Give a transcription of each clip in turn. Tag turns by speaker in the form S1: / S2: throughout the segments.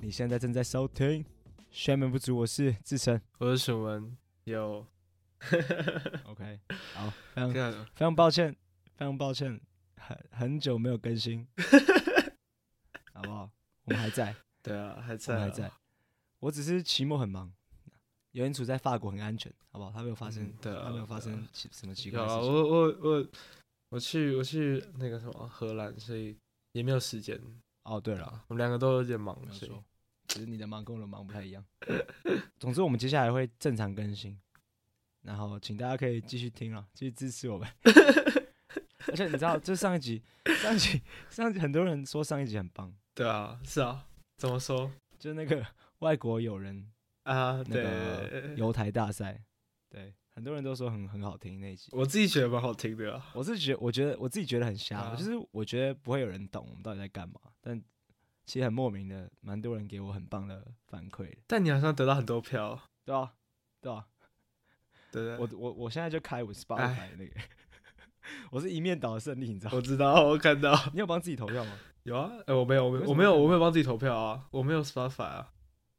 S1: 你现在正在收听《轩门不足》，我是志成。
S2: 我是楚文， 有，啊
S1: OK，好，非常
S2: 这
S1: 非
S2: 样
S1: 常抱歉，非常抱歉，很很久没有更 新，好不好？我们还在，
S2: 对啊，还
S1: 我
S2: 在
S1: 们
S2: 啊，
S1: 还在。我只是期末很忙，有人处在法国很安全，好不好？他没有发生
S2: 嗯，对啊
S1: 他没有发
S2: 对
S1: 生
S2: 啊
S1: 奇什么奇怪
S2: 有
S1: 的事
S2: 啊，
S1: 情。
S2: 我我我我去我去那个什么荷兰，所以也没有时间。
S1: 哦，对了，
S2: 啊，我们两个都有点忙
S1: 没，有
S2: 所以
S1: 错，只是你的忙跟我的忙不太 一样。总之，我们接下来会正常更新，然后请大家可以继续听啊，继续支持我 们。而且你知道，这上一集，上一集，上一集，很多人说上一集很棒，
S2: 对啊，是啊，怎么说
S1: 就是那个外国友人
S2: 啊？
S1: 那个
S2: 对，
S1: 游台大赛，对，很多人都说很很好听那一集。
S2: 我自己觉得蛮好听的啊。
S1: 我是觉我觉得我自己觉得很瞎，
S2: 啊
S1: 就是我觉得不会有人懂我们到底在干嘛，但其实很莫名的，蛮多人给我很棒的反馈的，
S2: 但你好像得到很多票，
S1: 对啊，对啊，
S2: 对不
S1: 我
S2: 对？
S1: 我我现在就开我 Spotify 那个， 我是一面倒的胜利，你知道
S2: 我
S1: 吗？
S2: 知道，我看到
S1: 你有帮自己投票吗？
S2: 有啊，哎，我没有，我没
S1: 为什
S2: 有，
S1: 么
S2: 我没有，我没有帮自己投票啊，我没有 Spotify 啊，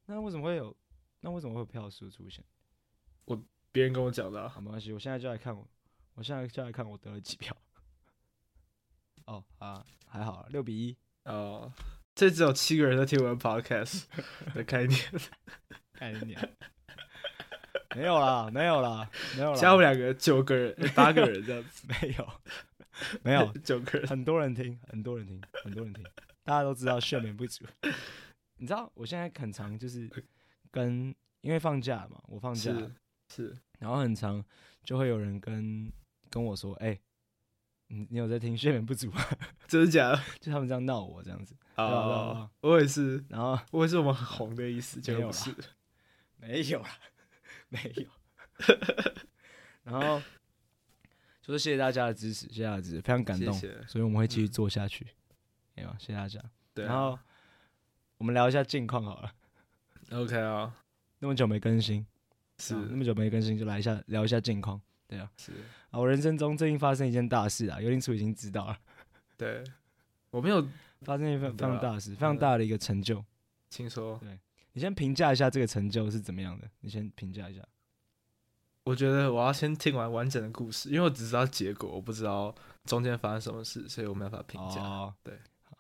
S1: 那为什么会有？那为什么会有票数出现？
S2: 别人跟我讲的啊。
S1: 好，没关系，我现在就来看我，我现在就来看我得了几票。哦啊，还好，六比一。
S2: 哦，这只有七个人在听我们 Podcast 的概念，
S1: 看你娘，没有啦，没有啦，没有啦，
S2: 加我们两个九个人、哎八个人这样子，
S1: 没有，没有，
S2: 九个人。
S1: 很多人听，很多人听，很多人听，大家都知道睡眠不足。你知道我现在很常就是跟，因为放假嘛，我放假，
S2: 是是，
S1: 然后很常就会有人跟跟我说，哎、你你有在听睡眠不足吗？
S2: 真的假的？
S1: 就他们这样闹我这样子，对
S2: 啊、
S1: 啊对啊对啊
S2: 我也是，
S1: 然后
S2: 我也是我们很红的意思，结
S1: 没有
S2: 果不
S1: 啦
S2: 是。
S1: 没有啦，没有，然后就是谢谢大家的支持，谢谢大家的支持，非常感
S2: 谢
S1: 动，
S2: 谢。
S1: 所以我们会继续
S2: 嗯
S1: 做下去，对吧？谢谢大家。
S2: 对
S1: 然后
S2: 啊
S1: 我们聊一下近况好了，
S2: ，OK 啊，
S1: 那么久没更新，
S2: 是
S1: 啊那么久没更新，就来一下聊一下近况。对啊，
S2: 是，
S1: 啊，我人生中最近发生一件大事啊，尤林楚已经知道了，
S2: 对，我没有
S1: 发生一份非
S2: 对啊
S1: 常大的事，非常大的一个成就。
S2: 听说，
S1: 你先评价一下这个成就是怎么样的？你先评价一下。
S2: 我觉得我要先听完完整的故事，因为我只知道结果，我不知道中间发生什么事，所以我没办法评价。
S1: 哦，
S2: 对，
S1: 好，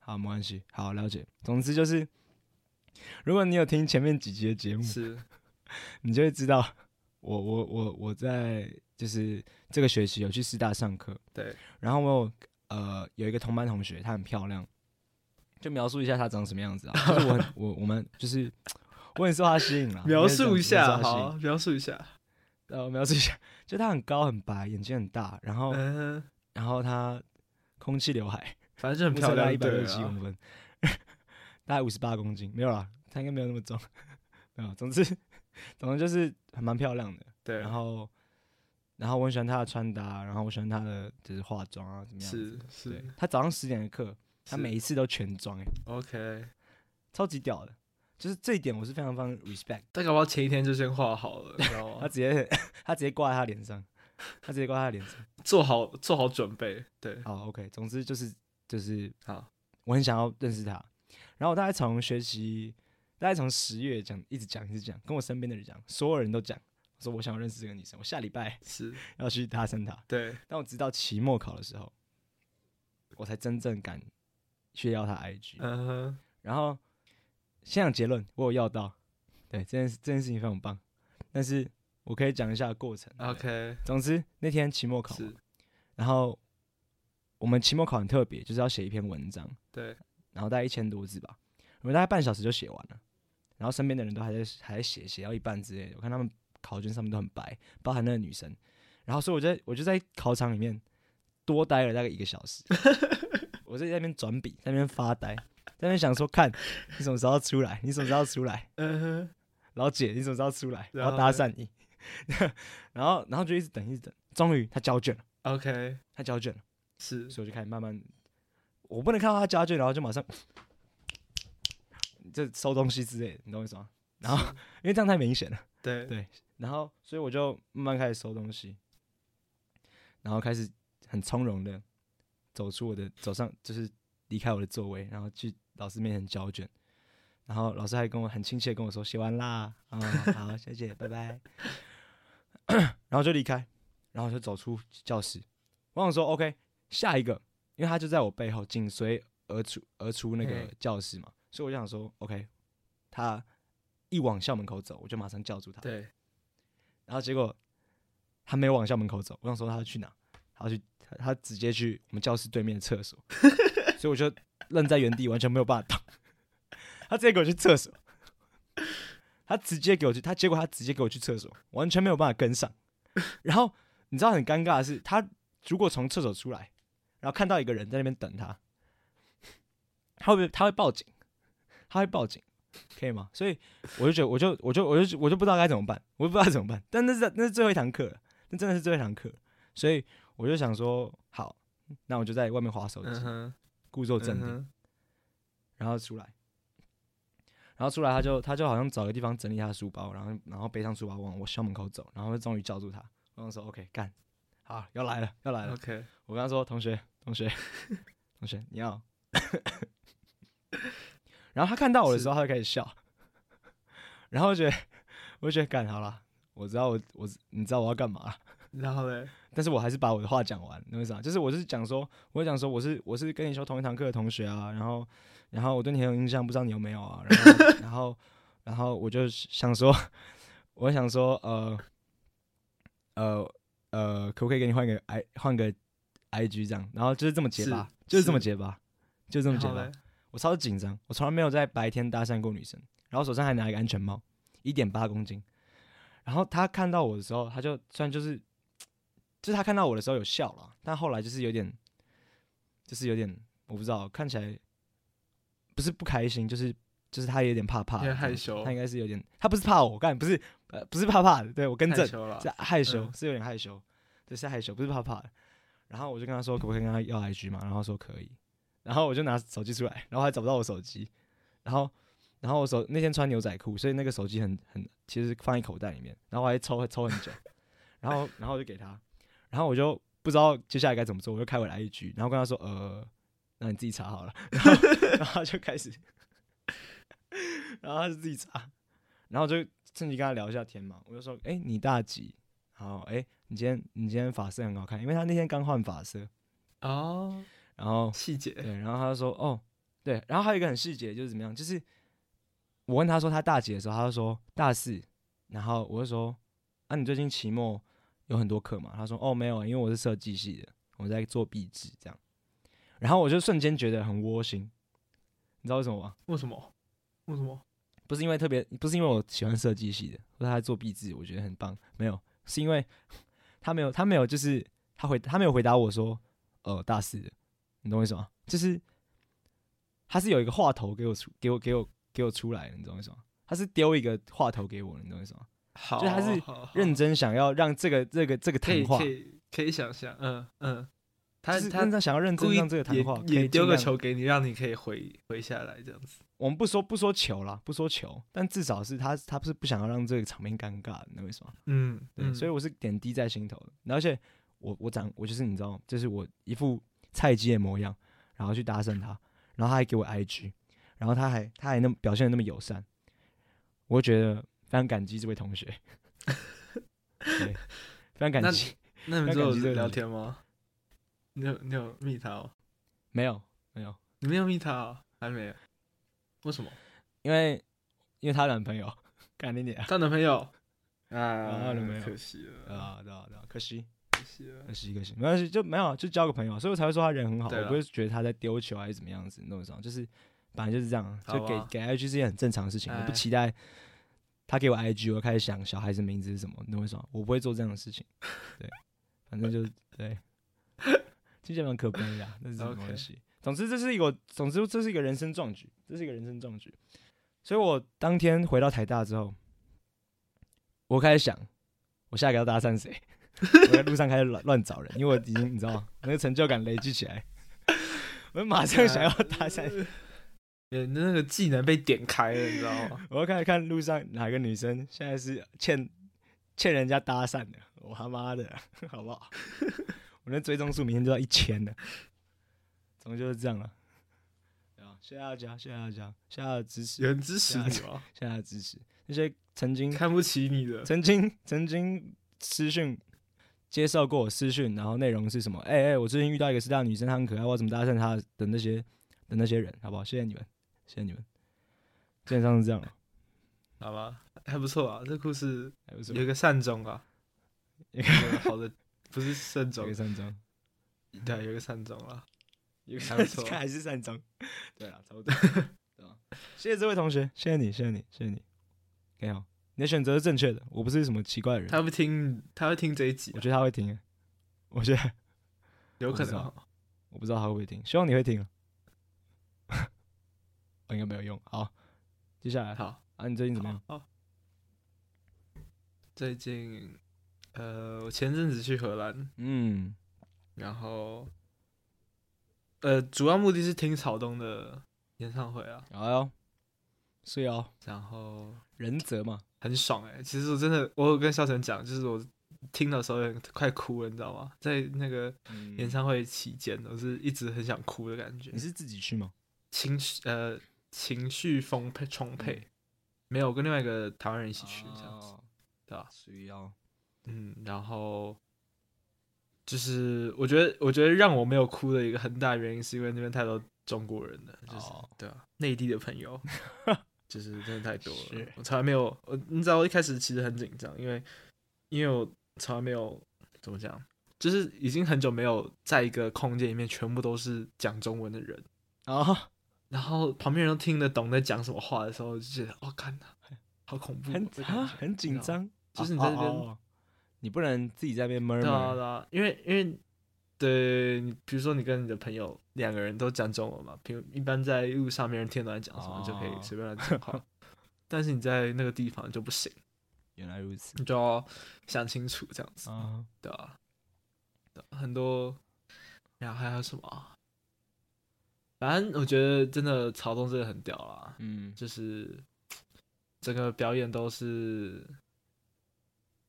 S1: 好，没关系，好了解。总之就是，如果你有听前面几集的节目，
S2: 是
S1: 你就会知道，我我我我在就是这个学期有去师大上课，
S2: 对，
S1: 然后我有呃有一个同班同学，她很漂亮，就描述一下她长什么样子啊，就是我 很我我们就是我很受她吸引了，
S2: 描
S1: 应该是这样
S2: 述一
S1: 子我很
S2: 下，
S1: 受她吸引
S2: 好，描述一下。
S1: 呃，我描述一下，就她很高很白，眼睛很大，然后
S2: 嗯，
S1: 然后她空气刘海，
S2: 反正就很
S1: 目
S2: 漂
S1: 测大概
S2: 亮，
S1: 一百六
S2: 对
S1: 十七
S2: 啊
S1: 公分， 大概五十八公斤，没有啦，她应该没有那么重， 没有，总之 总之就是还蛮漂亮的。
S2: 对，啊
S1: 然后，然后我很喜欢她的穿搭，然后我喜欢她的就是化妆啊，怎么样子？
S2: 是
S1: 对
S2: 是，
S1: 她早上十点的课，她
S2: 是
S1: 每一次都全妆、欸，
S2: OK，
S1: 超级屌的。就是这一点我是非常非常 respect，
S2: 但搞不好前一天就先画好了，然后
S1: 她 直接她直接挂在她脸上，她直接挂在她脸上。
S2: 做好做好准备。对，
S1: 好，OK，总之就是就是
S2: 好，
S1: 我很想要认识她。然后我大概从学习，大概从十月讲，一直讲一直讲，跟我身边的人讲，所有人都讲，我说我想要认识这个女生，我下礼拜
S2: 是
S1: 要去搭讪她。
S2: 对，
S1: 但我直到期末考的时候，我才真正敢去要他 IG。
S2: 嗯哼。
S1: 然后先讲结论，我有要到，对这件事这件事情非常棒。但是我可以讲一下过程。对
S2: 啊 OK，
S1: 总之那天期末考嘛
S2: 是，
S1: 然后我们期末考很特别，就是要写一篇文章，
S2: 对，
S1: 然后大概一千多字吧，我们大概半小时就写完了。然后身边的人都还在还在写，写到一半之类的。我看他们考卷上面都很白，包含那个女生。然后所以我就在我就在考场里面多待了大概一个小 时，我就在那边转笔，在那边发呆，在那边想说看你什么时候要出来，你什么时候要出来，
S2: 嗯哼，
S1: 老姐你什么时候要出来，我
S2: 然后
S1: 要搭讪你。 然后然后就一直等一直等，终于他交卷了，
S2: ，OK，
S1: 他交卷了。
S2: 是
S1: 所以我就开始慢慢，我不能看到他家具，然后就马上就收东西之类的，你懂我意思吗？然后因为这样太明显了，
S2: 对
S1: 对然后所以我就慢慢开始收东西，然后开始很从容的走出我的走上，就是离开我的座位，然后去老师面前交卷。然后老师还跟我很亲切地跟我说：“写完啦，啊、好，谢谢，拜拜。” 然后就离开，然后就走出教室。我想说，OK，下一个，因为他就在我背后紧随而出而出那个
S2: 嘿
S1: 教室嘛，所以我就想说，OK，他一往校门口走，我就马上叫住他。
S2: 对，
S1: 然后结果他没有往校门口走，我想说他去哪，他要去他他直接去我们教室对面的厕所， 所以我就愣在原地，完全没有办法动。 他直接给我去厕所，他直接给我去，他结果他直接给我去厕所，完全没有办法跟上。然后你知道很尴尬的是，他如果从厕所出来，然后看到一个人在那边等他，他会不会他会报警，他会报警，可以吗？所以我就觉得，我就我就我就我就不知道该怎么办，我就不知道怎么办。但那是那是最后一堂课了，那真的是最后一堂课，所以我就想说，好，那我就在外面划手机，
S2: 嗯哼，
S1: 故作镇
S2: 嗯
S1: 定。
S2: 哼，
S1: 然后出来，然后出来他就他就好像找个地方整理他的书包，然后然后背上书包往我校门口走，然后终于叫住他，我想说 OK 干，好要来了要来了，
S2: ，OK，
S1: 我跟他说同学同学同学你要， 然后他看到我的时候他就开始笑， 然后我觉得我就觉得干好了，我知道我我你知道我要干嘛了。
S2: 然后嘞，
S1: 但是我还是把我的话讲完，你懂我意思吗？就是我是讲说，我是讲说我是我是跟你修同一堂课的同学啊，然后然后我对你很有印象，不知道你有没有啊，然后然后然后我就想说，我想说呃呃呃，可不可以给你换个 i 换个 i g 这样？然后就是这么结巴，
S2: 是
S1: 就是这么
S2: 是
S1: 结巴，就是这么
S2: 然
S1: 结
S2: 后
S1: 巴
S2: 嘞。，
S1: 我超级紧张，我从来没有在白天搭讪过女生，然后手上还拿一个安全帽，一点八公斤。然后她看到我的时候，她就虽然就是，就是她看到我的时候有笑了，但后来就是有点，就是有点我不知道，看起来不是不开心，就是就是她有点怕怕的
S2: 有
S1: 这
S2: 点
S1: 样子，
S2: 害羞
S1: 她应该是有点，她不是怕我，干不是呃不是怕怕的，对我更
S2: 害
S1: 正，
S2: 羞了
S1: 是，啊害羞，
S2: 嗯
S1: 是有点害羞，对，是害羞，不是怕怕的。然后我就跟他说可不可以跟他要 IG 嘛，然后他说可以，然后我就拿手机出来，然后还找不到我手机，然后然后我手那天穿牛仔裤，所以那个手机很很其实放在口袋里面，然后我还抽抽很久， 然后然后我就给他，然后我就不知道接下来该怎么做，我就开回来一句，然后跟他说呃，那你自己查好了， 然后然后他就开始， 然后他就自己查，然后就趁机跟他聊一下天嘛，我就说哎、你大几？然后哎、你今天你今天发色很好看，因为他那天刚换发色，
S2: 哦，
S1: 然后
S2: 细节，
S1: 对，然后他就说哦，对，然后还有一个很细节就是怎么样，就是我问他说他大几的时候，他就说大四，然后我就说啊，你最近期末有很多课嘛？他说哦没有，因为我是设计系的，我在做壁纸这样，然后我就瞬间觉得很窝心，你知道为什么吗？
S2: 为什么？为什么？
S1: 不是因为特别，不是因为我喜欢设计系的，或者他做壁纸，我觉得很棒。没有，是因为他没有，他没有，就是他回他没有回答我说，呃，大四的，你懂我意思吗？就是他是有一个话头给我出，给我给我给我出来的，你懂我意思吗？他是丢一个话头给我，你懂我意思吗？
S2: 好，
S1: 就是他是
S2: 好好
S1: 认真想要让这个这个这个
S2: 哦可以
S1: 谈话
S2: 可，以可以想象，嗯嗯，他
S1: 就是
S2: 他
S1: 认真想要认真
S2: 故意
S1: 让这个谈
S2: 也
S1: 话可
S2: 也
S1: 以
S2: 丢
S1: 尽
S2: 个
S1: 量
S2: 球给你，让你可以回回下来这样子。
S1: 我们不说不说球啦，不说球，但至少是他他是不想要让这个场面尴尬，你懂我意思吗？
S2: 嗯，
S1: 对，
S2: 嗯
S1: 所以我是点滴在心头的。而且我我长我就是你知道，就是我一副菜鸡的模样，然后去搭讪他，然后他还给我 IG，然后他还他还那么表现的那么友善，我觉得非常感激这位同学，对，非常感
S2: 那
S1: 激。
S2: 那你
S1: 那
S2: 们都
S1: 感
S2: 有
S1: 觉这个
S2: 聊
S1: 东西
S2: 天吗？你有你有密他哦？
S1: 没有没有，
S2: 你没有密他哦？还没有？为什么？
S1: 因为因为她男朋友， 干你点啊
S2: 她男朋友？
S1: 她
S2: 啊
S1: 男朋友
S2: 可惜了，
S1: 啊对啊对啊，可惜
S2: 可惜了。
S1: 可惜可惜，没关系，就没有就交个朋友，所以我才会说他人很好，
S2: 对啊
S1: 我
S2: 啦
S1: 不会觉得他在丢球还是怎么样子，你懂我意思吗？就是本来就是这样，
S2: 好
S1: 就给
S2: 啊
S1: 给 IG 是一件很正常的事情，我不
S2: 哎
S1: 期待他给我 IG，我开始想小孩子名字是什么，你懂我意思吗？我不会做这样的事情， 对，反正就是对，其实也蛮可悲的啊，但是没
S2: OK
S1: 关系。总之，这是一个，总之这是一个人生壮举，这是一个人生壮举。所以我当天回到台大之后，我开始想，我下一个要搭讪谁？我在路上开始乱乱找人，因为我已经你知道那个成就感累积起来，我马上想要搭讪，
S2: 你的那个技能被点开了，你知道吗？
S1: 我要看看路上哪个女生现在是欠欠人家搭讪的，我他妈的 好不好？我那追踪数明天就要一千了，总之就是这样了。对啊，谢谢大家，谢谢大家，谢谢大家的支持，
S2: 有人支持你吗？
S1: 谢谢大家的支持。那些曾经
S2: 看不起你的，
S1: 曾经曾经私讯接受过我私讯，然后内容是什么？哎、哎、我最近遇到一个师大女生，她很可爱，我要怎么搭讪她的那些的那些人，好不好？谢谢你们，谢谢你们。基本上是这样了，啊
S2: 好吧，还不错啊，这故事
S1: 还不错
S2: 有。一个善终啊，
S1: 有一
S2: 个好的，不是善
S1: 有
S2: 终
S1: 个，三张，
S2: 对，有一个善终啊。
S1: 有个
S2: 还不错啊
S1: 还是三张。对啊了，差不多。对啊谢谢这位同学，谢谢你，谢谢你，谢谢你。你好，你的选择是正确的，我不是什么奇怪的人。
S2: 他会听，他会听这一集
S1: 我
S2: 啊，
S1: 觉得他会听，我觉得
S2: 有可
S1: 我知
S2: 能
S1: 道
S2: 哦。
S1: 我不知道他会不会听，希望你会听 啊。我应该没有用。好，接下来
S2: 好，
S1: 啊，你最近怎么样？
S2: 好？好哦最近，呃，我前阵子去荷兰，
S1: 嗯，
S2: 然后，呃，主要目的是听草东的演唱会啊，
S1: 哎呦，是哦，
S2: 然后
S1: 仁泽嘛，
S2: 很爽哎、其实我真的，我有跟笑晨讲，就是我听的时候有点快哭了，你知道吗？在那个演唱会期间，我是一直很想哭的感觉
S1: 你，是自己去吗？
S2: 情绪呃情绪丰沛充沛。没有，我跟另外一个台湾人一起去，这样
S1: 嗯
S2: 子，
S1: 哦
S2: 对吧？
S1: 需要，
S2: 嗯，然后就是我觉得，我觉得让我没有哭的一个很大原因，是因为那边太多中国人了，就是、
S1: 哦
S2: 对啊，内地的朋 友，就是真的太多了
S1: 是。
S2: 我从来没有，我你知道，我一开始其实很紧张，因为因为我从来没有怎么讲，就是已经很久没有在一个空间里面全部都是讲中文的人，
S1: 哦，
S2: 然后旁边人都听得懂在讲什么话的时候，就觉得我看他好恐怖哦、
S1: 很
S2: 这感
S1: 啊，
S2: 觉
S1: 很紧
S2: 知道
S1: 张，
S2: 就是你在那边
S1: 哦哦哦你不能自己在那边
S2: 对啊，
S1: murmur，
S2: 对啊，因为因为对你，比如说你跟你的朋友两个人都讲中文嘛，平一般在路上没人听得懂在讲什么，
S1: 哦
S2: 就可以随便乱讲话。 但是你在那个地方就不行，
S1: 原来如此
S2: 你就要想清楚这样子，
S1: 啊，
S2: 对啊？对啊很多，然后还有什么啊？反正我觉得真的曹东真的很屌啦，
S1: 嗯，
S2: 就是整个表演都是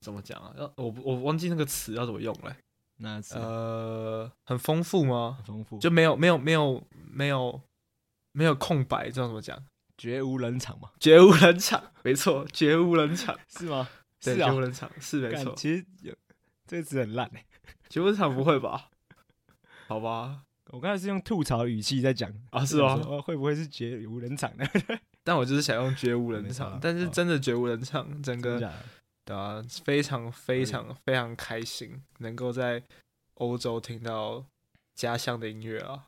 S2: 怎么讲啊？要我不我忘记那个词要怎么用了欸、
S1: 那是
S2: 呃，很丰富吗
S1: 很？丰富，
S2: 就没有没有没有没有没有空白，这样怎么讲？
S1: 绝无冷场嘛，
S2: 绝无冷场， 没错，绝无冷场，
S1: 是吗？
S2: 对，
S1: 是
S2: 绝
S1: 啊
S2: 无，冷场是没
S1: 干
S2: 错，
S1: 其实有这个词很
S2: 欸
S1: 烂诶，
S2: 绝无冷场不会吧？ 好吧，
S1: 我刚才是用吐槽语气在讲
S2: 啊是
S1: 就
S2: 吗
S1: 想？说哦会不会是绝无冷场呢？
S2: 但我就是想用绝无
S1: 没
S2: 冷
S1: 差
S2: 场
S1: 啦，
S2: 但是
S1: 哦
S2: 真的绝无冷场，
S1: 真
S2: 整个
S1: 假的
S2: 对啊，非常非
S1: 以
S2: 常非常开心，能够在欧洲听到家乡的音乐啊，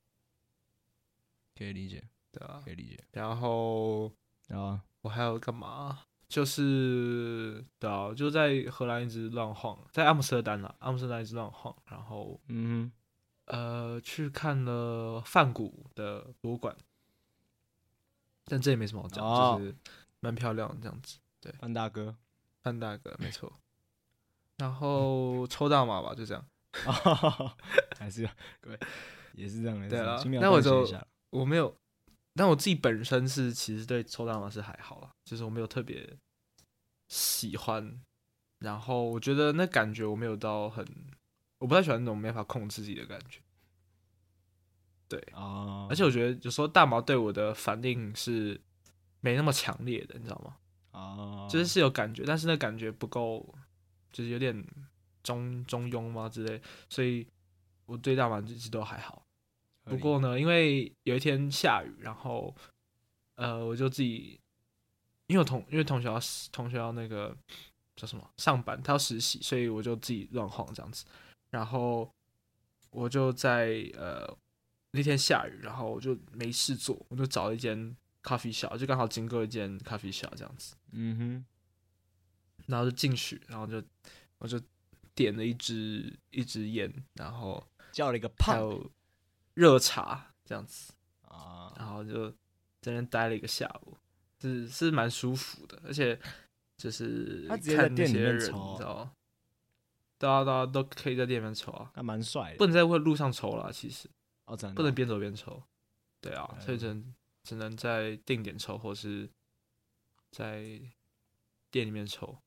S1: 可以理解，
S2: 对啊
S1: 可，以理解，
S2: 然后
S1: 然后
S2: 我还有干嘛？就是对啊，就在荷兰一直乱晃，在阿姆斯特丹啊，阿姆斯特丹一直乱晃，然后
S1: 嗯哼。
S2: 呃去看了梵谷的博物馆，但这也没什么好讲，
S1: 哦
S2: 就是蛮漂亮的这样子。
S1: 范大哥，
S2: 范大哥没错，然后抽大麻吧，就这样。
S1: 还是 各位也是这样的。
S2: 对啦
S1: 轻描
S2: 那我
S1: 淡写一
S2: 就
S1: 下
S2: 我没有，但我自己本身是其实对抽大麻是还好啦，就是我没有特别喜欢，然后我觉得那感觉我没有到很，我不太喜欢那种没法控制自己的感觉，
S1: 哦，
S2: 而且我觉得有时候大麻对我的反应是没那么强烈的，你知道吗？
S1: 哦，
S2: 就是是有感觉，但是那感觉不够，就是有点中中庸嘛之类，所以我对大麻一直都还好。
S1: 合
S2: 不
S1: 理
S2: 过呢，因为有一天下雨，然后呃，我就自己，因为我同因为同学要同学要那个叫什么上班，他要实习，所以我就自己乱晃这样子。然后我就在呃那天下雨，然后我就没事做，我就找了一间咖啡小，就刚好经过一间咖啡小这样子，
S1: 嗯哼，
S2: 然后就进去，然后就我就点了一支一支烟，然后
S1: 叫了一个
S2: 还
S1: 胖
S2: 有热茶这样子。然
S1: 啊，
S2: 后就在那边待了一个下午，是是蛮舒服的，而且就是
S1: 他直接在
S2: 看那
S1: 店里
S2: 些
S1: 面
S2: 人，
S1: 抽啊
S2: 你知道吗，大家大家啊都可以在店里面抽啊，
S1: 那蛮帅
S2: 不
S1: 的。
S2: 能在路上抽啦，其实
S1: 哦，真的
S2: 不能边走边抽。对啊，所
S1: 嗯
S2: 以只能只能在定点抽，或是在店里面抽。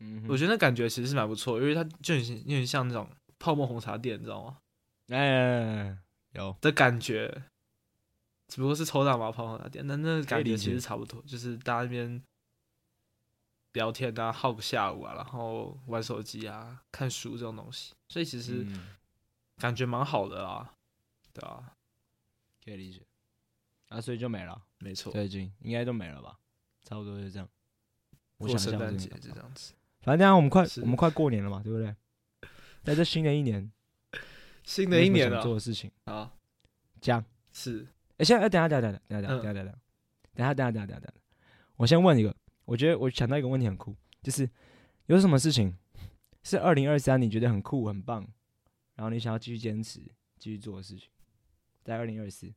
S1: 嗯哼，
S2: 我觉得那感觉其实是蛮不错，因为它就很像有点像那种泡沫红茶店，你知道吗？
S1: 得哎，有
S2: 的感觉，只不过是抽大麻泡泡打电，但那个
S1: 可以
S2: 感觉
S1: 理
S2: 其
S1: 解
S2: 实差不多，就是大家那边聊天啊，耗个下午啊，然后玩手机啊，看书这种东西，所以其实
S1: 嗯
S2: 感觉蛮好的啊，对啊，
S1: 可以理解。啊，所以就没了，
S2: 没错，
S1: 最近应该都没了吧，差不多就这样。我
S2: 过
S1: 想一下
S2: 圣
S1: 我
S2: 诞
S1: 最
S2: 节
S1: 近干
S2: 就
S1: 嘛
S2: 这样子，
S1: 反正这样我们快
S2: 是
S1: 我们快过年了嘛，对不对？在这新的一年，
S2: 新
S1: 有
S2: 的
S1: 什
S2: 一
S1: 么
S2: 年
S1: 想
S2: 啊，
S1: 做的事情，
S2: 啊，
S1: 这样。
S2: 是
S1: 哎，现在哎，等一下等一下等一
S2: 嗯
S1: 下等一下等一下等一下等一下等一下等一下等一下等一下，我先问一个，我觉得我想到一个问题很酷，就是有什么事情是二零二三你觉得很酷很棒，然后你想要继续坚持继续做的事情，在二零二四。
S2: 啊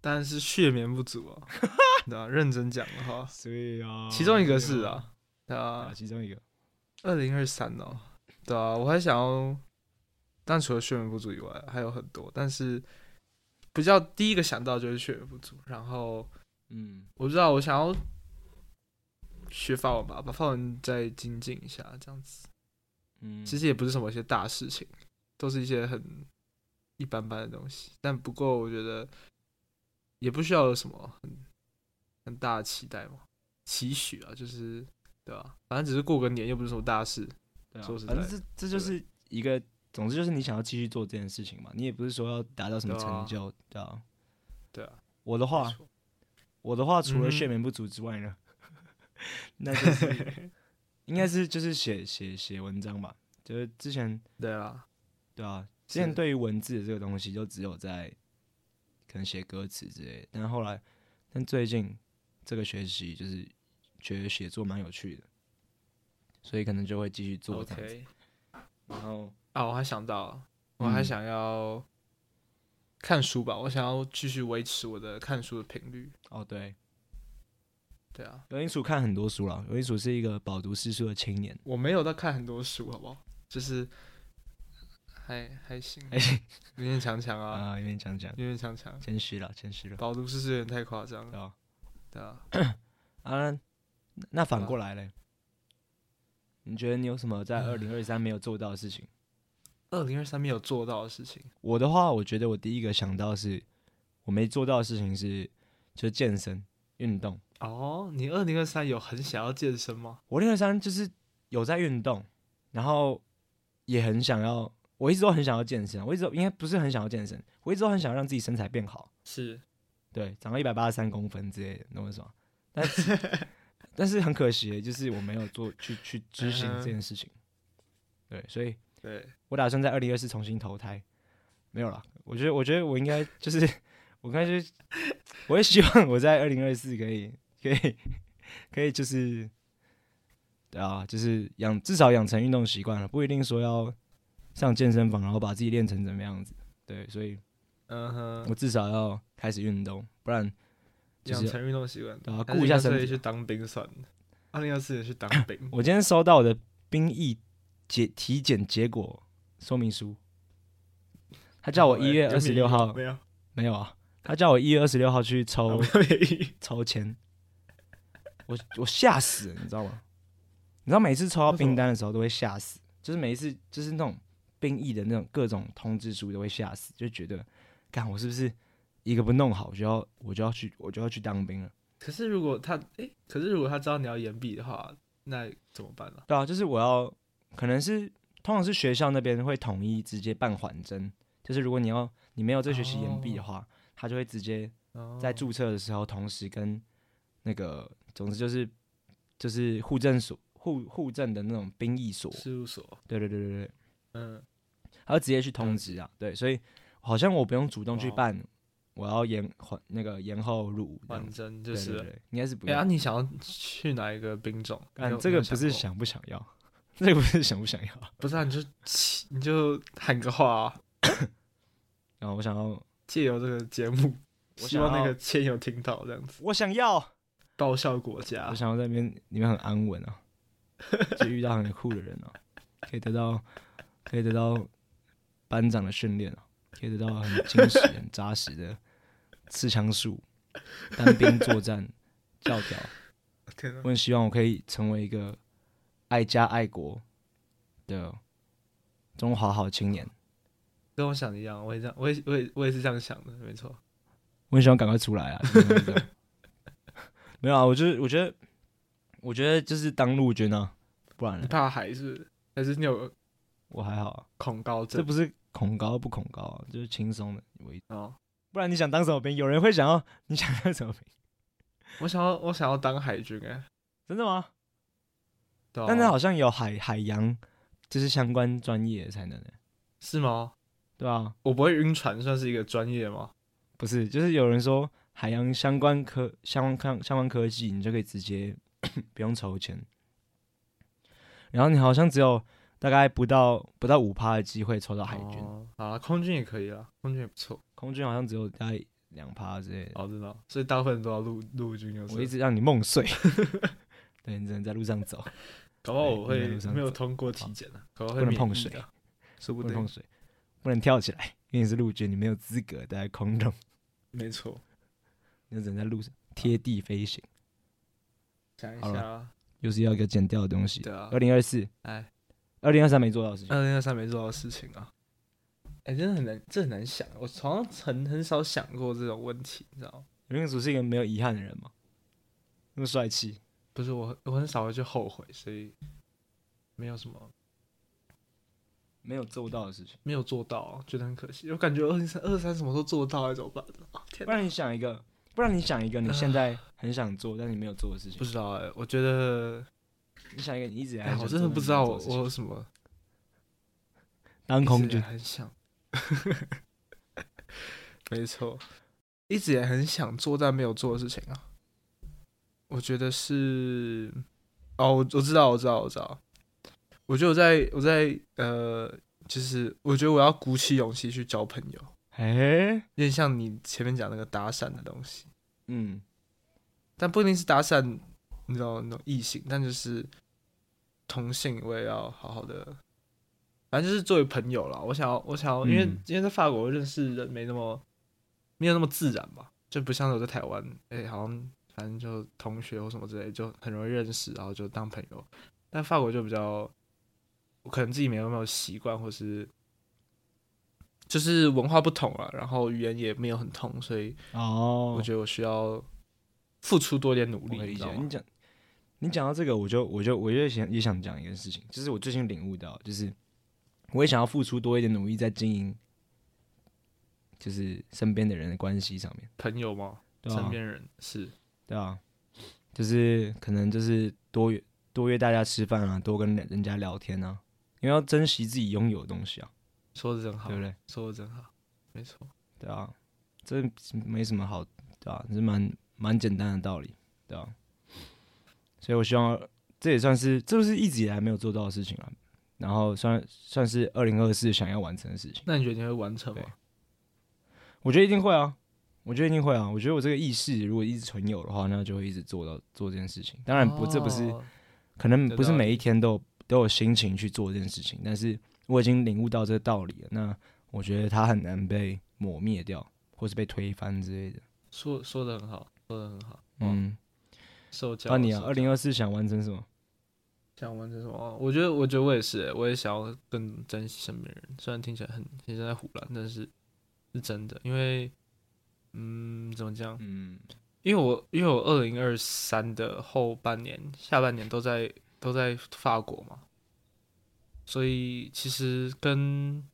S2: 但是睡眠不足 啊，对啊，认真讲的话，
S1: 所以啊
S2: 其中一个是啊，对啊，
S1: 其中一个
S2: 二零二三哦，对啊，我还想要，但除了睡眠不足以外，还有很多，但是比较第一个想到就是睡眠不足，然后
S1: 嗯，
S2: 我知道我想要学法文吧，把法文再精进一下，这样子，
S1: 嗯
S2: 其实也不是什么一些大事情，都是一些很一般般的东西，但不过我觉得也不需要有什么很很大的期待嘛，期许啊，就是对吧、啊反正只是过个年，又不是什么大事，
S1: 对啊
S2: 说实
S1: 反正
S2: 在
S1: 这这就
S2: 对
S1: 是一个，总之就是你想要继续做这件事情嘛，你也不是说要达到什么
S2: 对啊
S1: 成就，对啊。
S2: 对啊，
S1: 我的
S2: 没
S1: 话
S2: 错，
S1: 我的话除了
S2: 嗯
S1: 睡眠不足之外呢， 那就是 应该是就是写写写文章吧，就是之前
S2: 对啊，
S1: 对啊，之前
S2: 是
S1: 对于文字的这个东西就只有在可能写歌词之类的，但后来但最近这个学期就是觉得写作蛮有趣的，所以可能就会继续做这样子。
S2: OK
S1: 然后
S2: 啊，我还想到，我还
S1: 嗯
S2: 想要看书吧，我想要继续维持我的看书的频率。
S1: 哦对，
S2: 对啊，
S1: 刘英楚看很多书了，刘英楚是一个饱读诗书的青年。
S2: 我没有在看很多书，好不好？就是还还行，
S1: 哎、
S2: 勉勉强强啊，
S1: 啊、有点讲讲，
S2: 勉勉强强。
S1: 谦虚了，谦虚了，
S2: 饱读诗书有点太夸张
S1: 对
S2: 了，
S1: 吧、
S2: 对啊。
S1: 啊，那那反
S2: 对啊
S1: 过来嘞，你觉得你有什么在二零二三没有做到的事情？
S2: 二零二三没有做到的事情，
S1: 我的话，我觉得我第一个想到是，我没做到的事情是，就是健身运动。
S2: 哦，你二零二三有很想要健身吗？
S1: 我二零二三就是有在运动，然后也很想要，我一直都很想要健身，我一直都应该不是很想要健身，我一直都很想让自己身材变好，
S2: 是，
S1: 对，长到一百八十三公分之类的，懂我意思吗？但是但是很可惜，欸就是我没有做去去执行这件事情，对，所以
S2: 对，
S1: 我打算在二零二四重新投胎，没有了。我觉得，我觉得我应该就是，我应该就是，我也希望我在二零二四可以，可以，可以就是，对啊，就是养至少养成运动习惯了，不一定说要上健身房，然后把自己练成怎么样子。对，所以
S2: 嗯哼，
S1: 我至少要开始运动，不然就
S2: 养
S1: 是
S2: 成运动习惯，
S1: 对啊，
S2: 还是
S1: 顾一下
S2: 干脆
S1: 身体，
S2: 去。当兵算了。二零二四年去当兵
S1: 我今天收到我的兵役结体检结果说明书，他叫我
S2: 好欸
S1: 一月
S2: 有
S1: 二十
S2: 免疫
S1: 六
S2: 吗
S1: 号
S2: 没有。
S1: 没有啊，他叫我一月二十六号去抽
S2: 我没有免疫
S1: 抽签，我我吓死了，你知道吗？你知道每次抽到
S2: 为什么
S1: 病单的时候都会吓死，就是每一次就是那种病疫的那种各种通知书都会吓死，就觉得，看我是不是一个不弄好，我就要我就要去我就要去当兵了。
S2: 可是如果他诶，可是如果他知道你要延毕的话，那怎么办呢、
S1: 对啊，就是我要，可能是通常是学校那边会统一直接办缓征，就是如果你要你没有这学期延毕的话，他就会直接
S2: 哦
S1: 在注册的时候，同时跟那个，总之就是就是户政所、户户政的那种兵役所，
S2: 事务所，
S1: 对对对对对，
S2: 嗯，
S1: 他就直接去通知啊，对，所以好像我不用主动去
S2: 哇哦
S1: 办，我要延缓那个延后入伍这样
S2: 反
S1: 子，
S2: 正就
S1: 对
S2: 是
S1: 对
S2: 了。
S1: 对，应该是不
S2: 哎呀、
S1: 用。
S2: 你想要去哪一个兵种？你
S1: 但
S2: 有
S1: 这
S2: 你
S1: 个
S2: 有
S1: 不是
S2: 过吗
S1: 想不想要， 这个不是想不想要。
S2: 不是啊，你就起你就喊个话、啊，
S1: 然后我想要，
S2: 借由这个节目，
S1: 我
S2: 希望
S1: 想
S2: 那
S1: 要
S2: 个亲友听到这样子，
S1: 我想要，
S2: 报效国家
S1: 我。想要在那边里面很安稳啊，就遇到很酷的人啊。可以得到可以得到班长的训练哦，可以得到很精实、很扎实的刺枪 术、单兵作战教条。
S2: 天哪
S1: 我！很希望我可以成为一个爱家爱国的中华好青年。
S2: 跟我想的一样，我也这样，我也我也我也是这样想的，没错。
S1: 我很希望赶快出来啊！就是那 种没有啊，我就是我觉得，我觉得就是当陆军啊，不然
S2: 你
S1: 呢
S2: 怕海是不是还是你有
S1: 我还好、啊。
S2: 恐高
S1: 这
S2: 症
S1: 不是恐高不恐高、啊，就是轻松的为主。
S2: 哦？
S1: 不然你想当什么兵？有人会想要 你想当什么兵？
S2: 我想要我想要当海军哎、
S1: 真的吗？
S2: 对啊
S1: 但是好像有海海洋，就是相关专业才能的，
S2: 是吗？
S1: 对啊，
S2: 我不会晕船，算是一个专业吗？
S1: 不是，就是有人说海洋相关科、相关科、相关科技，你就可以直接 不用筹钱。然后你好像只有大概不到不到五趴的机会抽到海军，
S2: 哦好啊，空军也可以啊，空军也不错。
S1: 空军好像只有大概两趴之类的。
S2: 哦，真的哦、所以大部分人都要陆陆军，就是
S1: 我一直让你梦碎， 对你只能在路上走，
S2: 搞不好我
S1: 对
S2: 会
S1: 一直在路上
S2: 没有
S1: 走哦
S2: 通过体检啊，搞不好会
S1: 不能
S2: 免
S1: 碰
S2: 疫
S1: 水
S2: 的，说不
S1: 不能
S2: 定
S1: 碰。水，不能跳起来，因为你是陆军，你没有资格待在空中，
S2: 没错，
S1: 你只能在路上贴地飞行。
S2: 想一
S1: 好了
S2: 下啊，
S1: 又是要一个剪掉的东西。
S2: 对啊
S1: 二，零二四、
S2: 哎，嗯
S1: 二零二三没做到的事情，
S2: 二零二三没做到的事情啊，哎，真的很难，这很难想，我好像很很少想过这种问题，你知道吗？
S1: 刘彦祖是一个没有遗憾的人吗？那么帅气，
S2: 不是我，我很少会去后悔，所以没有什么
S1: 没有做到的事情。
S2: 没有做到，啊觉得很可惜。我感觉二零三二三什么时候做到，怎么办？哦天
S1: 不
S2: 哪，
S1: 然你想一个，不然你想一个你现在很想做但你没有做的事情
S2: 不。知道哎、我觉得，
S1: 你想一个你一直以来
S2: 哎，
S1: 很
S2: 我
S1: 想
S2: 真
S1: 做但
S2: 的
S1: 你
S2: 不
S1: 没
S2: 知道
S1: 做
S2: 我
S1: 的事
S2: 我
S1: 情
S2: 有什么
S1: 当空
S2: 一直也
S1: 军，
S2: 很想，没错，一直也很想做但没有做的事情啊。我觉得是，哦，我我知道，我知道，我知道。我觉得我在我在呃，就是我觉得我要鼓起勇气去交朋友，
S1: 哎，
S2: 有点像你前面讲那个搭讪的东西，
S1: 嗯，
S2: 但不一定是搭讪，你知道那种异性，但就是同性我也要好好的，反正就是作为朋友啦。我想要，我想要，因为、
S1: 嗯
S2: 因为在法国认识人没那么没有那么自然吧，就不像我在台湾，哎、好像反正就同学或什么之类就很容易认识，然后就当朋友。但法国就比较，我可能自己没有那么习惯，或是就是文化不同啊，然后语言也没有很通，所以
S1: 哦
S2: 我，觉得我需要付出多一点努
S1: 我
S2: 力，
S1: 可以理
S2: 你知
S1: 解
S2: 道。吗
S1: 你？讲，你讲到这个，我就我就我就想也想讲一件事情，就是我最近领悟到，就是我也想要付出多一点努力在经营，就是身边的人的关系上面，
S2: 朋友吗？
S1: 对啊
S2: 身边人是
S1: 对啊，就是可能就是多约多约大家吃饭啊，多跟人家聊天啊，因为要珍惜自己拥有的东西啊，
S2: 说的真好
S1: 对，不对？
S2: 说的真好，没错。
S1: 对啊，这没什么好，对啊，这蛮蛮简单的道理，对啊。所以我希望这也算是，这是一直以来没有做到的事情啊。然后算算是二零二四想要完成的事情，
S2: 那你觉得你会完成吗？
S1: 我觉得一定会啊，我觉得一定会啊。我觉得我这个意识如果一直存有的话，那就会一直做到做这件事情。当然不，这不是
S2: 哦
S1: 可能
S2: 有
S1: 不是
S2: 道
S1: 每
S2: 理
S1: 一天都有都有心情去做这件事情，但是我已经领悟到这个道理了。那我觉得它很难被抹灭掉，或是被推翻之类的。
S2: 说说的很好，说的很好。哦
S1: 嗯，
S2: 受教。
S1: 那你啊，
S2: 受
S1: 二零二四想完成什么？
S2: 想完成什么？哦我觉得，我觉得我也是欸，我也想要更珍惜身边人。虽然听起来很很像在胡乱，但是是真的。因为，嗯，怎么讲？
S1: 嗯，
S2: 因为我因为我二零二三的后半年、下半年都在都在法国嘛，所以其实跟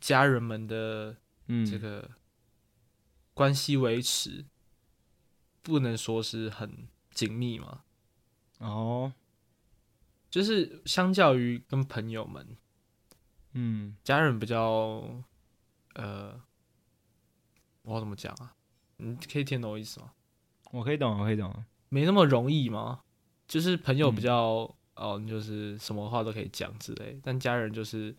S2: 家人们的
S1: 嗯
S2: 这个关系维持，不能说是很紧密嘛，
S1: 哦，
S2: 就是相较于跟朋友们，
S1: 嗯
S2: 家人比较，呃，我要怎么讲啊？你可以听懂我意思吗？
S1: 我可以懂，我可以懂。
S2: 没那么容易吗？就是朋友
S1: 嗯
S2: 比较、哦，你就是什么话都可以讲之类，但家人就是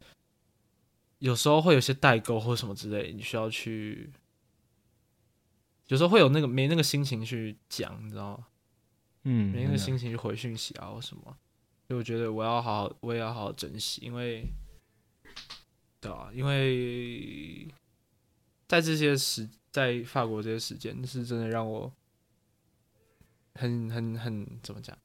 S2: 有时候会有些代沟或什么之类，你需要去，有时候会有那个没那个心情去讲，你知道吗？
S1: 嗯，
S2: 没那个
S1: 真的
S2: 心情去回讯息啊或什么。所以我觉得我要好好，我也要好好珍惜，因为，对啊，因为在这些时，在法国这些时间是真的让我很很很怎么讲，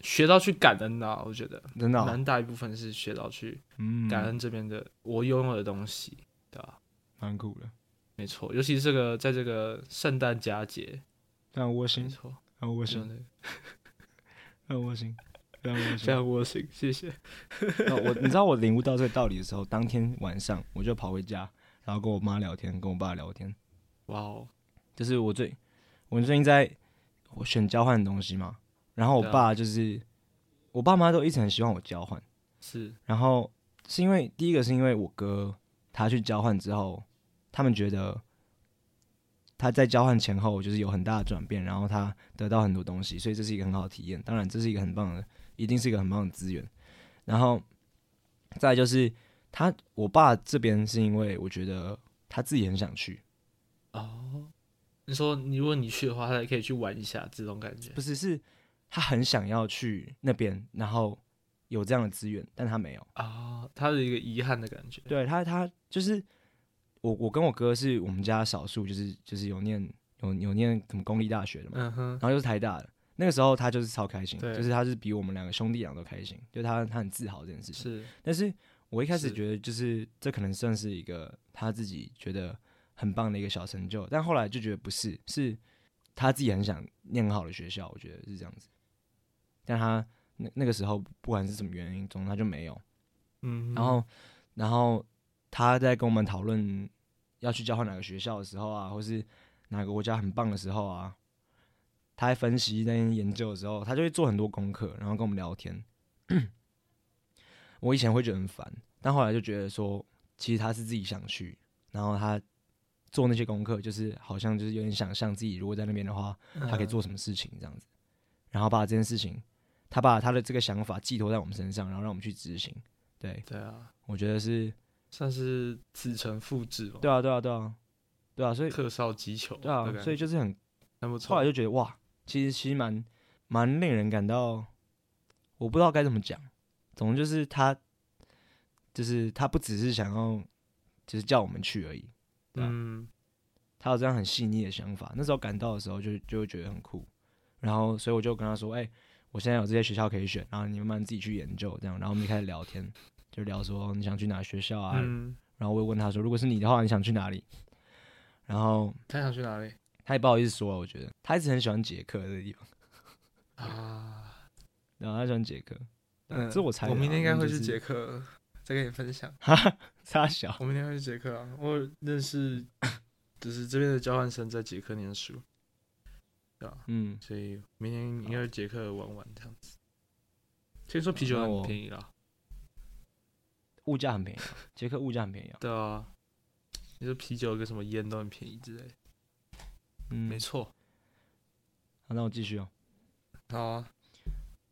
S2: 学到去感恩啊，我觉得
S1: 真的哦、
S2: 蛮大一部分是学到去
S1: 嗯，
S2: 感恩这边的我拥有的东西，对吧、
S1: 蛮酷的，
S2: 没错，尤其是这个在这个圣诞佳节，
S1: 非常窝
S2: 没
S1: 心，
S2: 错，
S1: 很窝
S2: 真
S1: 心，
S2: 的
S1: 很窝心，非常窝
S2: 非
S1: 心。
S2: 常窝心，谢谢。
S1: 那我你知道我领悟到这个道理的时候，当天晚上我就跑回家，然后跟我妈聊天，跟我爸聊天，
S2: 哇哦，
S1: 就是我最我最近在我选交换的东西嘛，然后我
S2: 对啊
S1: 爸就是、我爸妈都一直很希望我交换，
S2: 是
S1: 然后是因为第一个是因为我哥他去交换之后，他们觉得他在交换前后就是有很大的转变，然后他得到很多东西，所以这是一个很好的体验。当然，这是一个很棒的，一定是一个很棒的资源。然后再来就是他我爸这边是因为我觉得他自己很想去，
S2: 哦，你说你如果你去的话，他也可以去玩一下这种感觉
S1: 不是是他很想要去那边，然后有这样的资源，但他没有。
S2: 啊、他的一个遗憾的感觉。
S1: 对他，他就是我，我跟我哥是我们家少数，就是就是有念有有念什么公立大学的嘛，
S2: 嗯哼
S1: 然，后又是台大的。那个时候他就是超开心，
S2: 对
S1: 就是他是比我们两个兄弟俩都开心，就他他很自豪这件事情。
S2: 是
S1: 但是我一开始
S2: 是
S1: 觉得，就是这可能算是一个他自己觉得很棒的一个小成就，但后来就觉得不是，是他自己很想念很好的学校，我觉得是这样子。但他那那个时候不管是什么原因，总之他就没有。
S2: 嗯哼，
S1: 然后，然后他在跟我们讨论要去交换哪个学校的时候啊，或是哪个国家很棒的时候啊，他在分析、在研究的时候，他就会做很多功课，然后跟我们聊天。 我以前会觉得很烦，但后来就觉得说，其实他是自己想去，然后他做那些功课，就是好像就是有点想象自己如果在那边的话，他可以
S2: 嗯
S1: 做什么事情这样子，然后把这件事情，他把他的这个想法寄托在我们身上，然后让我们去执行。对，
S2: 对啊，
S1: 我觉得是
S2: 算是子承父志吧，
S1: 对啊，对啊，对啊，对啊，所以
S2: 客少击球
S1: 对
S2: 的感觉，
S1: 啊，所以就是很
S2: 那不
S1: 后
S2: 错
S1: 来，就觉得哇，其实其实蛮蛮令人感到，我不知道该怎么讲，总之就是他就是他不只是想要就是叫我们去而已，对啊
S2: 嗯，
S1: 他有这样很细腻的想法。那时候赶到的时候就就会觉得很酷，然后所以我就跟他说，哎、我现在有这些学校可以选，然后你慢慢自己去研究这样，然后我们就开始聊天，就聊说你想去哪个学校啊，
S2: 嗯，
S1: 然后我也问他说，如果是你的话，你想去哪里？然后
S2: 他想去哪里
S1: 他也不好意思说，我觉得他一直很喜欢捷克这个地方，
S2: 啊？
S1: 然后他喜欢捷克，
S2: 嗯，
S1: 这我猜的
S2: 我
S1: 啊
S2: 明天应该
S1: 那
S2: 会
S1: 就
S2: 去
S1: 是
S2: 捷克，再跟你分享。
S1: 哈哈，他小，
S2: 我明天会去捷克啊，我有认识， 就是这边的交换生在捷克念书，对啊，
S1: 嗯，
S2: 所以明天应该去捷克玩玩这样子。听说啤酒
S1: 那
S2: 很
S1: 我
S2: 便宜啦，
S1: 物价很便宜啊，捷克物价很便宜啊，
S2: 对啊，你说啤酒跟什么烟都很便宜之类的，
S1: 嗯，
S2: 没错。
S1: 好，那我继续哦。
S2: 好啊，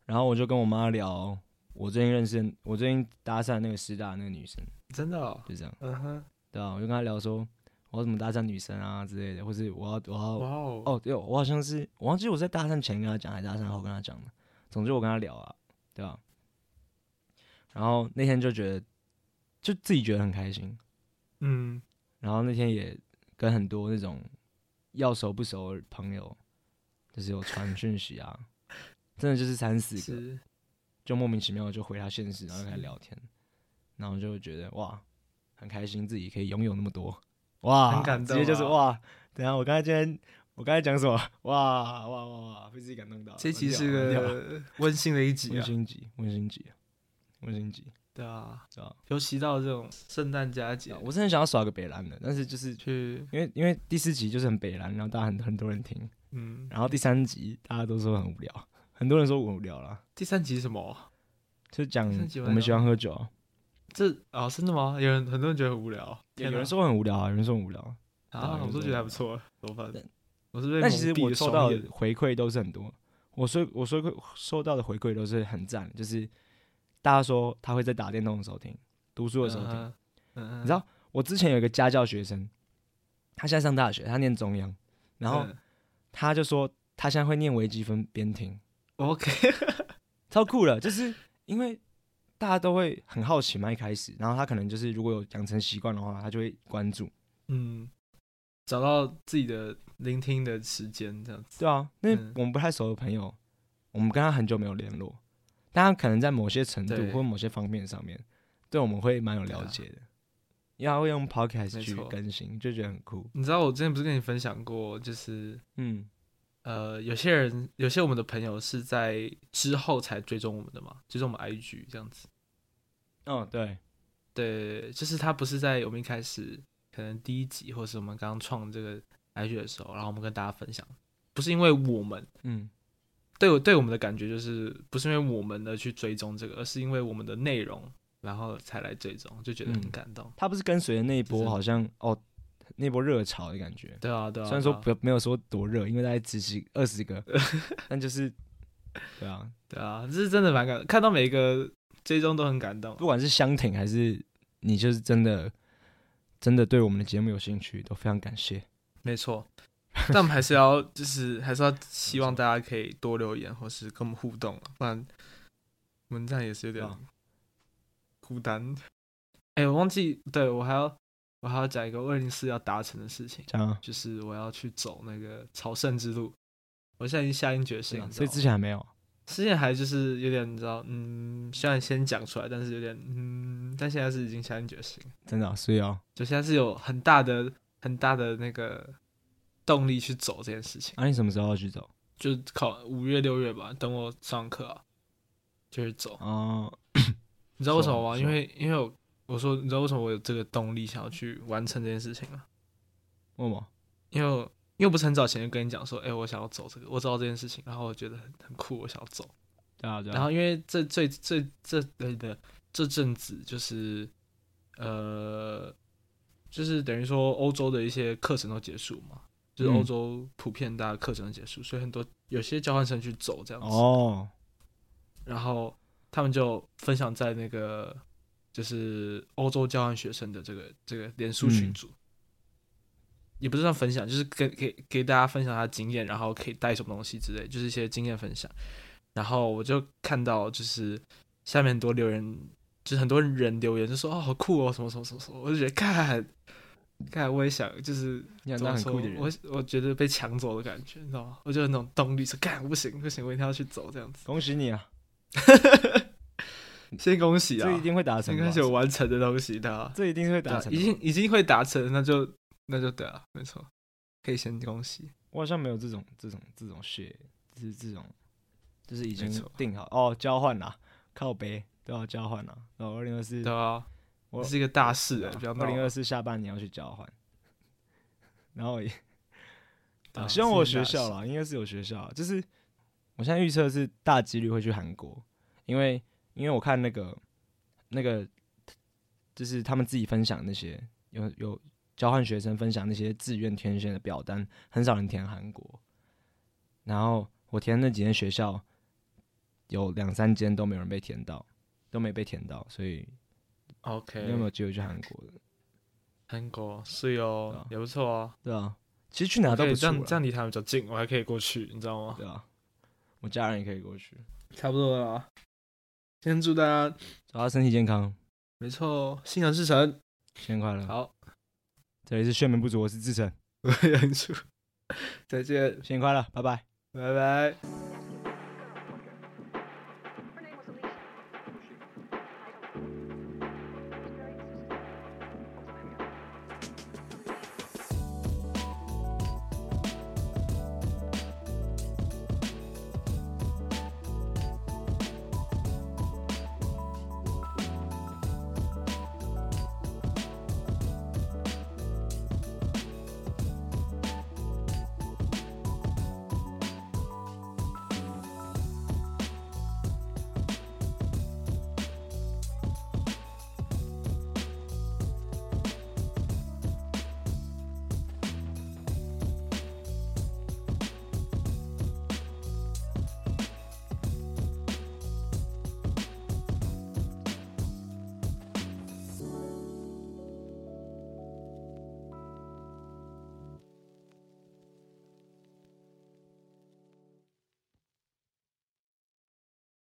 S1: 然后我就跟我妈聊，我最近认识的，我最近搭讪那个师大的那个女生，
S2: 真的、哦，
S1: 就这样，
S2: 嗯哼，
S1: 对啊，我就跟她聊说，我要怎么搭讪女生啊之类的，或是我要我要
S2: 哇哦，
S1: 哦，对，我好像是我忘记我在搭讪前跟他讲，还是搭讪后跟他讲的。总之我跟他聊啊，对吧、然后那天就觉得，就自己觉得很开心。
S2: 嗯，
S1: 然后那天也跟很多那种要熟不熟的朋友，就是有传讯息啊，真的就是三四个，
S2: 是，
S1: 就莫名其妙就回他现实，然后就开始
S2: 是
S1: 聊天，然后就觉得哇，很开心自己可以拥有那么多，哇，
S2: 很感
S1: 直接就是
S2: 动啊
S1: 哇，等一下我刚才今天我刚才讲什么？哇哇哇哇，被自己感动到。
S2: 这期
S1: 关
S2: 是
S1: 掉关 掉
S2: 个温馨的一集
S1: 温
S2: 啊，
S1: 馨集，温馨集，温馨集，
S2: 对啊
S1: 知道？
S2: 尤其到这种圣诞佳节，
S1: 啊我是很想要耍个北兰的，但是就是
S2: 去，
S1: 因为因为第四集就是很北兰，然后大家很很多人听，
S2: 嗯，
S1: 然后第三集大家都说很无聊，很多人说我无聊啦，
S2: 第三集是什么？
S1: 就讲
S2: 第三集
S1: 我
S2: 完
S1: 们
S2: 了
S1: 喜欢喝酒啊，
S2: 这啊、真的吗？有人很多人觉得很无聊，
S1: 有
S2: 天
S1: 有
S2: 哪
S1: 人说很无聊啊，有人说很无聊啊，
S2: 啊，我都觉得还不错，怎么办
S1: 但？
S2: 我是被
S1: 但其实
S2: 蒙蔽
S1: 我
S2: 了
S1: 收
S2: 双
S1: 到
S2: 眼
S1: 的回馈都是很多，我收我收馈收到的回馈都是很赞，就是大家说他会在打电动的时候听，读书的时候听。
S2: 嗯嗯嗯
S1: 你知道我之前有一个家教学生，他现在上大学，他念中央，然后
S2: 嗯
S1: 他就说他现在会念微积分边听，
S2: OK，
S1: 超酷了，就是因为大家都会很好奇嘛，一开始，然后他可能就是如果有养成习惯的话，他就会关注。
S2: 嗯，找到自己的聆听的时间，这样子。
S1: 对啊，那
S2: 嗯
S1: 我们不太熟的朋友，我们跟他很久没有联络，但他可能在某些程度
S2: 对
S1: 或某些方面上面，对我们会蛮有了
S2: 对啊
S1: 解的，因为他会用 podcast
S2: 没
S1: 去
S2: 错
S1: 更新，就觉得很酷。
S2: 你知道我之前不是跟你分享过，就是
S1: 嗯，
S2: 呃，有些人，有些我们的朋友是在之后才追踪我们的嘛，追踪我们 IG 这样子。
S1: 哦，对，
S2: 对，就是他不是在我们一开始可能第一集，或是我们刚刚创这个 IG 的时候，然后我们跟大家分享，不是因为我们
S1: 嗯，
S2: 对我对我们的感觉就是不是因为我们的去追踪这个，而是因为我们的内容，然后才来追踪，就觉得
S1: 嗯
S2: 很感动。
S1: 他不是跟随着那一
S2: 就
S1: 波
S2: 是
S1: 好像哦那波热潮的感觉，
S2: 对啊，对啊。
S1: 虽然说
S2: 对啊
S1: 不没有说多热，因为大概只是二十 个，但就是对啊，
S2: 对啊，这是真的蛮感，看到每一个追踪都很感动。
S1: 不管是相挺还是你就是真的真的对我们的节目有兴趣，都非常感谢。
S2: 没错， 但我们还是要就是还是要希望大家可以多留言或是跟我们互动啊，不然我们这样也是有点
S1: 啊
S2: 孤单。哎、我忘记，对我还要我还要讲一个二零四要达成的事情，
S1: 这样啊
S2: 就是我要去走那个朝圣之路。我现在已经下定决心
S1: 对啊
S2: 了，
S1: 所以之
S2: 前
S1: 前还没有。
S2: 之前还就是有点你知道，嗯，虽然先讲出来，但是有点嗯，但现在是已经下定决心了。
S1: 真的啊、所以哦，
S2: 就现在是有很大的很大的那个动力去走这件事情，
S1: 啊，你什么时候要去走？
S2: 就考五月六月吧，等我上课啊，就是走。
S1: 哦，
S2: 你知道为什么吗？
S1: 是啊
S2: 因
S1: 吗
S2: 为因为我我说你知道为什么我有这个动力想要去完成这件事情吗？
S1: 问我，
S2: 因为我因为我不是很早前就跟你讲说，哎、我想要走这个，我知道这件事情，然后我觉得很很酷，我想要走。
S1: 对啊，对
S2: 然后因为这最最这对的这阵子就是呃，就是等于说欧洲的一些课程都结束嘛，就是
S1: 嗯
S2: 欧洲普遍大家课程都结束，所以很多有些交换生去走这样子，
S1: 哦，
S2: 然后他们就分享在那个就是欧洲交换学生的这个这个脸书群
S1: 嗯
S2: 组。也不是算分享，就是给给给大家分享他的经验，然后可以带什么东西之类，就是一些经验分享。然后我就看到就是下面很多留言，就是很多人留言就说哦好酷哦什么什么什么什么，我就觉得看，看我也想就是
S1: 你想
S2: 怎么
S1: 当很
S2: 说
S1: 酷的人，
S2: 我我觉得被抢走的感觉，你知道吗？我就有那种动力说干不行不行，我一定要去走这样子。
S1: 恭喜你啊，
S2: 先恭喜啊
S1: 这，一定会达成
S2: 先
S1: 吧，
S2: 恭喜有完成的东西的 啊，
S1: 这一定会
S2: 对啊
S1: 达成
S2: 已
S1: 吧。
S2: 经已经会达成，那就那就对啊，没错，可以先恭喜。
S1: 我好像没有这种这种这种血，就是这种，就是已经
S2: 没错
S1: 定好哦，交换啦，靠背都要交换啦。然后二零二四
S2: 对，啊，
S1: 我
S2: 这是一个大事哎、不要闹
S1: 二零
S2: 了。
S1: 二四下半年要去交换，然后也
S2: 对啊
S1: 希望我有
S2: 是
S1: 学
S2: 一个大
S1: 校
S2: 事
S1: 啦，应该是有学校啊。就是我现在预测是大几率会去韩国，因为因为我看那个那个，就是他们自己分享那些有有交换学生分享那些志愿填选的表单，很少人填韩国。然后我填那几间学校，有两三间都没有人被填到，都没被填到，所以你有没
S2: OK，
S1: 有机会去韩国的？
S2: 韩国是
S1: 对啊
S2: 哦，也不错啊。
S1: 对啊，其实去哪都
S2: 对，
S1: 不
S2: 这
S1: 错啦
S2: 样这样离他们比较近，我还可以过去，你知道吗？
S1: 对啊，我家人也可以过去，
S2: 差不多了啊，先祝大家
S1: 祝他身体健康，
S2: 没错，心想事成。
S1: 新年快乐。
S2: 好，
S1: 这里是睡眠不足，我是志成，
S2: 我是杨叔，再见，
S1: 新年快乐，拜拜。
S2: 拜拜。